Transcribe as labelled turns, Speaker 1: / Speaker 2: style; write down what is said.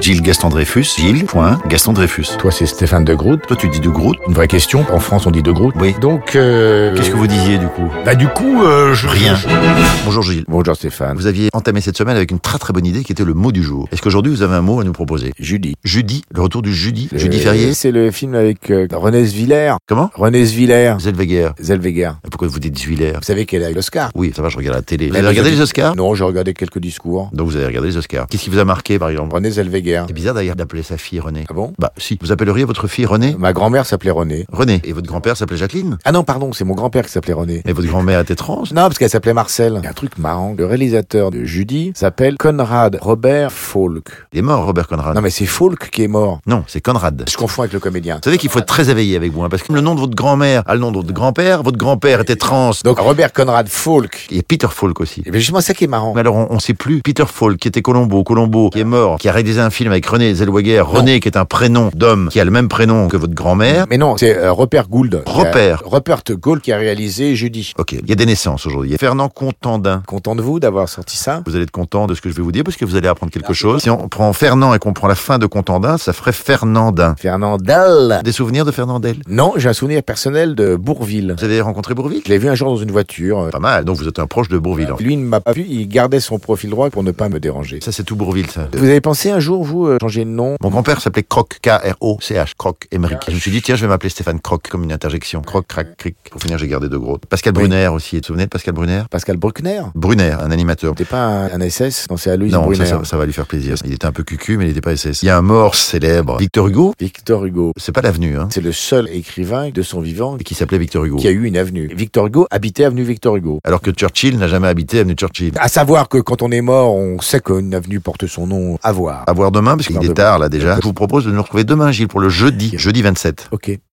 Speaker 1: Gilles Gaston Dreyfus, Gilles, point, Gaston Dreyfus.
Speaker 2: Toi, c'est Stéphane de Groot.
Speaker 1: Toi, tu dis de Groot.
Speaker 2: Une vraie question. En France, on dit de Groot.
Speaker 1: Oui.
Speaker 2: Donc, euh,
Speaker 1: Qu'est-ce que vous disiez du coup
Speaker 2: Bah, du coup, euh, je...
Speaker 1: Rien. Bonjour Gilles.
Speaker 2: Bonjour Stéphane.
Speaker 1: Vous aviez entamé cette semaine avec une très très bonne idée qui était le mot du jour. Est-ce qu'aujourd'hui vous avez un mot à nous proposer
Speaker 2: Judy.
Speaker 1: Jeudi, le retour du jeudi,
Speaker 2: Le-
Speaker 1: jeudi férié.
Speaker 2: C'est le film avec euh, René Zviller.
Speaker 1: Comment
Speaker 2: René Zviller.
Speaker 1: Zellweger.
Speaker 2: Zellweger.
Speaker 1: Pourquoi vous dites Zuiller
Speaker 2: Vous savez qu'elle a eu l'Oscar.
Speaker 1: Oui, ça va, je regarde la télé. Vous
Speaker 2: Elle
Speaker 1: avez
Speaker 2: a
Speaker 1: regardé
Speaker 2: jeudi-
Speaker 1: les Oscars
Speaker 2: Non, j'ai regardé quelques discours.
Speaker 1: Donc vous avez regardé les Oscars. Qu'est-ce qui vous a marqué par exemple
Speaker 2: René Zellweger.
Speaker 1: C'est bizarre d'ailleurs d'appeler sa fille Euh, Renée.
Speaker 2: Ah bon
Speaker 1: Bah si. Vous appelleriez votre fille Renée
Speaker 2: Ma grand-mère s'appelait René.
Speaker 1: Renée. Et votre grand-père s'appelait Jacqueline
Speaker 2: Ah non, pardon, c'est mon grand-père qui s'appelait René.
Speaker 1: Mais votre grand-mère était trans
Speaker 2: Non, parce qu'elle s'appelait Marcel. Il y a un truc marrant. Le réalisateur de Judy s'appelle Conrad Robert Falk.
Speaker 1: Il est mort, Robert Conrad.
Speaker 2: Non, mais c'est Falk qui est mort.
Speaker 1: Non, c'est Conrad.
Speaker 2: Je confonds avec le comédien.
Speaker 1: Vous savez qu'il faut être très éveillé avec vous, hein, parce que le nom de votre grand-mère a le nom de votre grand-père, votre grand-père était trans.
Speaker 2: Donc, Robert Conrad Falk.
Speaker 1: Il y a Peter Ah, Falk aussi.
Speaker 2: Et bien, justement, c'est ça qui est marrant.
Speaker 1: Mais alors, on, on sait plus. Peter Falk, qui était Colombo, Colombo, qui est mort, qui a réalisé un film avec René Zellweger. René, qui est un prénom d'homme, qui a le même prénom que votre grand-mère.
Speaker 2: Mais non, c'est euh, Robert Gould.
Speaker 1: Robert.
Speaker 2: Euh, Robert Gould qui a réalisé Judy.
Speaker 1: Ok, il y a des naissances aujourd'hui. Il y a Fernand Contandin.
Speaker 2: Content de vous d'avoir sorti ça.
Speaker 1: Vous allez être content de ce que je vais vous dire, parce que vous allez apprendre quelque chose. Si on prend Fernand et qu'on prend la fin de Contandin, ça ferait Fernandin.
Speaker 2: Fernandel.
Speaker 1: Des souvenirs de Fernandel
Speaker 2: Non, j'ai un souvenir personnel de Bourville.
Speaker 1: Vous avez rencontré Bourville
Speaker 2: Je l'ai vu un jour dans une voiture.
Speaker 1: Pas mal, donc vous êtes un proche de Bourville. en fait.
Speaker 2: Lui il ne m'a pas vu, il gardait son profil droit pour ne pas me déranger.
Speaker 1: Ça, c'est tout Bourville, ça.
Speaker 2: Vous avez pensé un jour, vous, euh, changer de nom
Speaker 1: Mon grand-père s'appelait Croc, K-R-O-C-H, Croc
Speaker 2: Ah.
Speaker 1: Emmerich. Je me suis dit, tiens, je vais m'appeler Stéphane Croc, comme une interjection. Croc, crac, cric. Pour finir, j'ai gardé de gros. Pascal
Speaker 2: Oui.
Speaker 1: Brunner aussi, vous vous souvenez de Pascal Brunner
Speaker 2: Pascal Bruckner
Speaker 1: Brunner, un animateur.
Speaker 2: T'es pas un, un SS Non, c'est à Louise
Speaker 1: Non, ça,
Speaker 2: Brunner.
Speaker 1: ça, ça va lui faire plaisir. Il était un peu cucu, mais il n'était pas SS. Il y a un mort célèbre, Victor Hugo.
Speaker 2: Victor Hugo.
Speaker 1: C'est pas l'avenue, hein.
Speaker 2: C'est le seul écrivain de son vivant
Speaker 1: Qui s'appelait Victor Hugo.
Speaker 2: qui a eu une avenue. Victor Hugo habitait avenue Victor Hugo.
Speaker 1: Alors que Churchill n'a jamais habité avenue Churchill.
Speaker 2: À savoir que quand on est mort, on sait qu'une avenue porte son nom. À voir.
Speaker 1: À voir demain, parce qu'il
Speaker 2: Voir
Speaker 1: est
Speaker 2: demain.
Speaker 1: tard, là, déjà. Je vous propose de nous retrouver demain, Gilles, pour le jeudi, jeudi 27.
Speaker 2: Ok.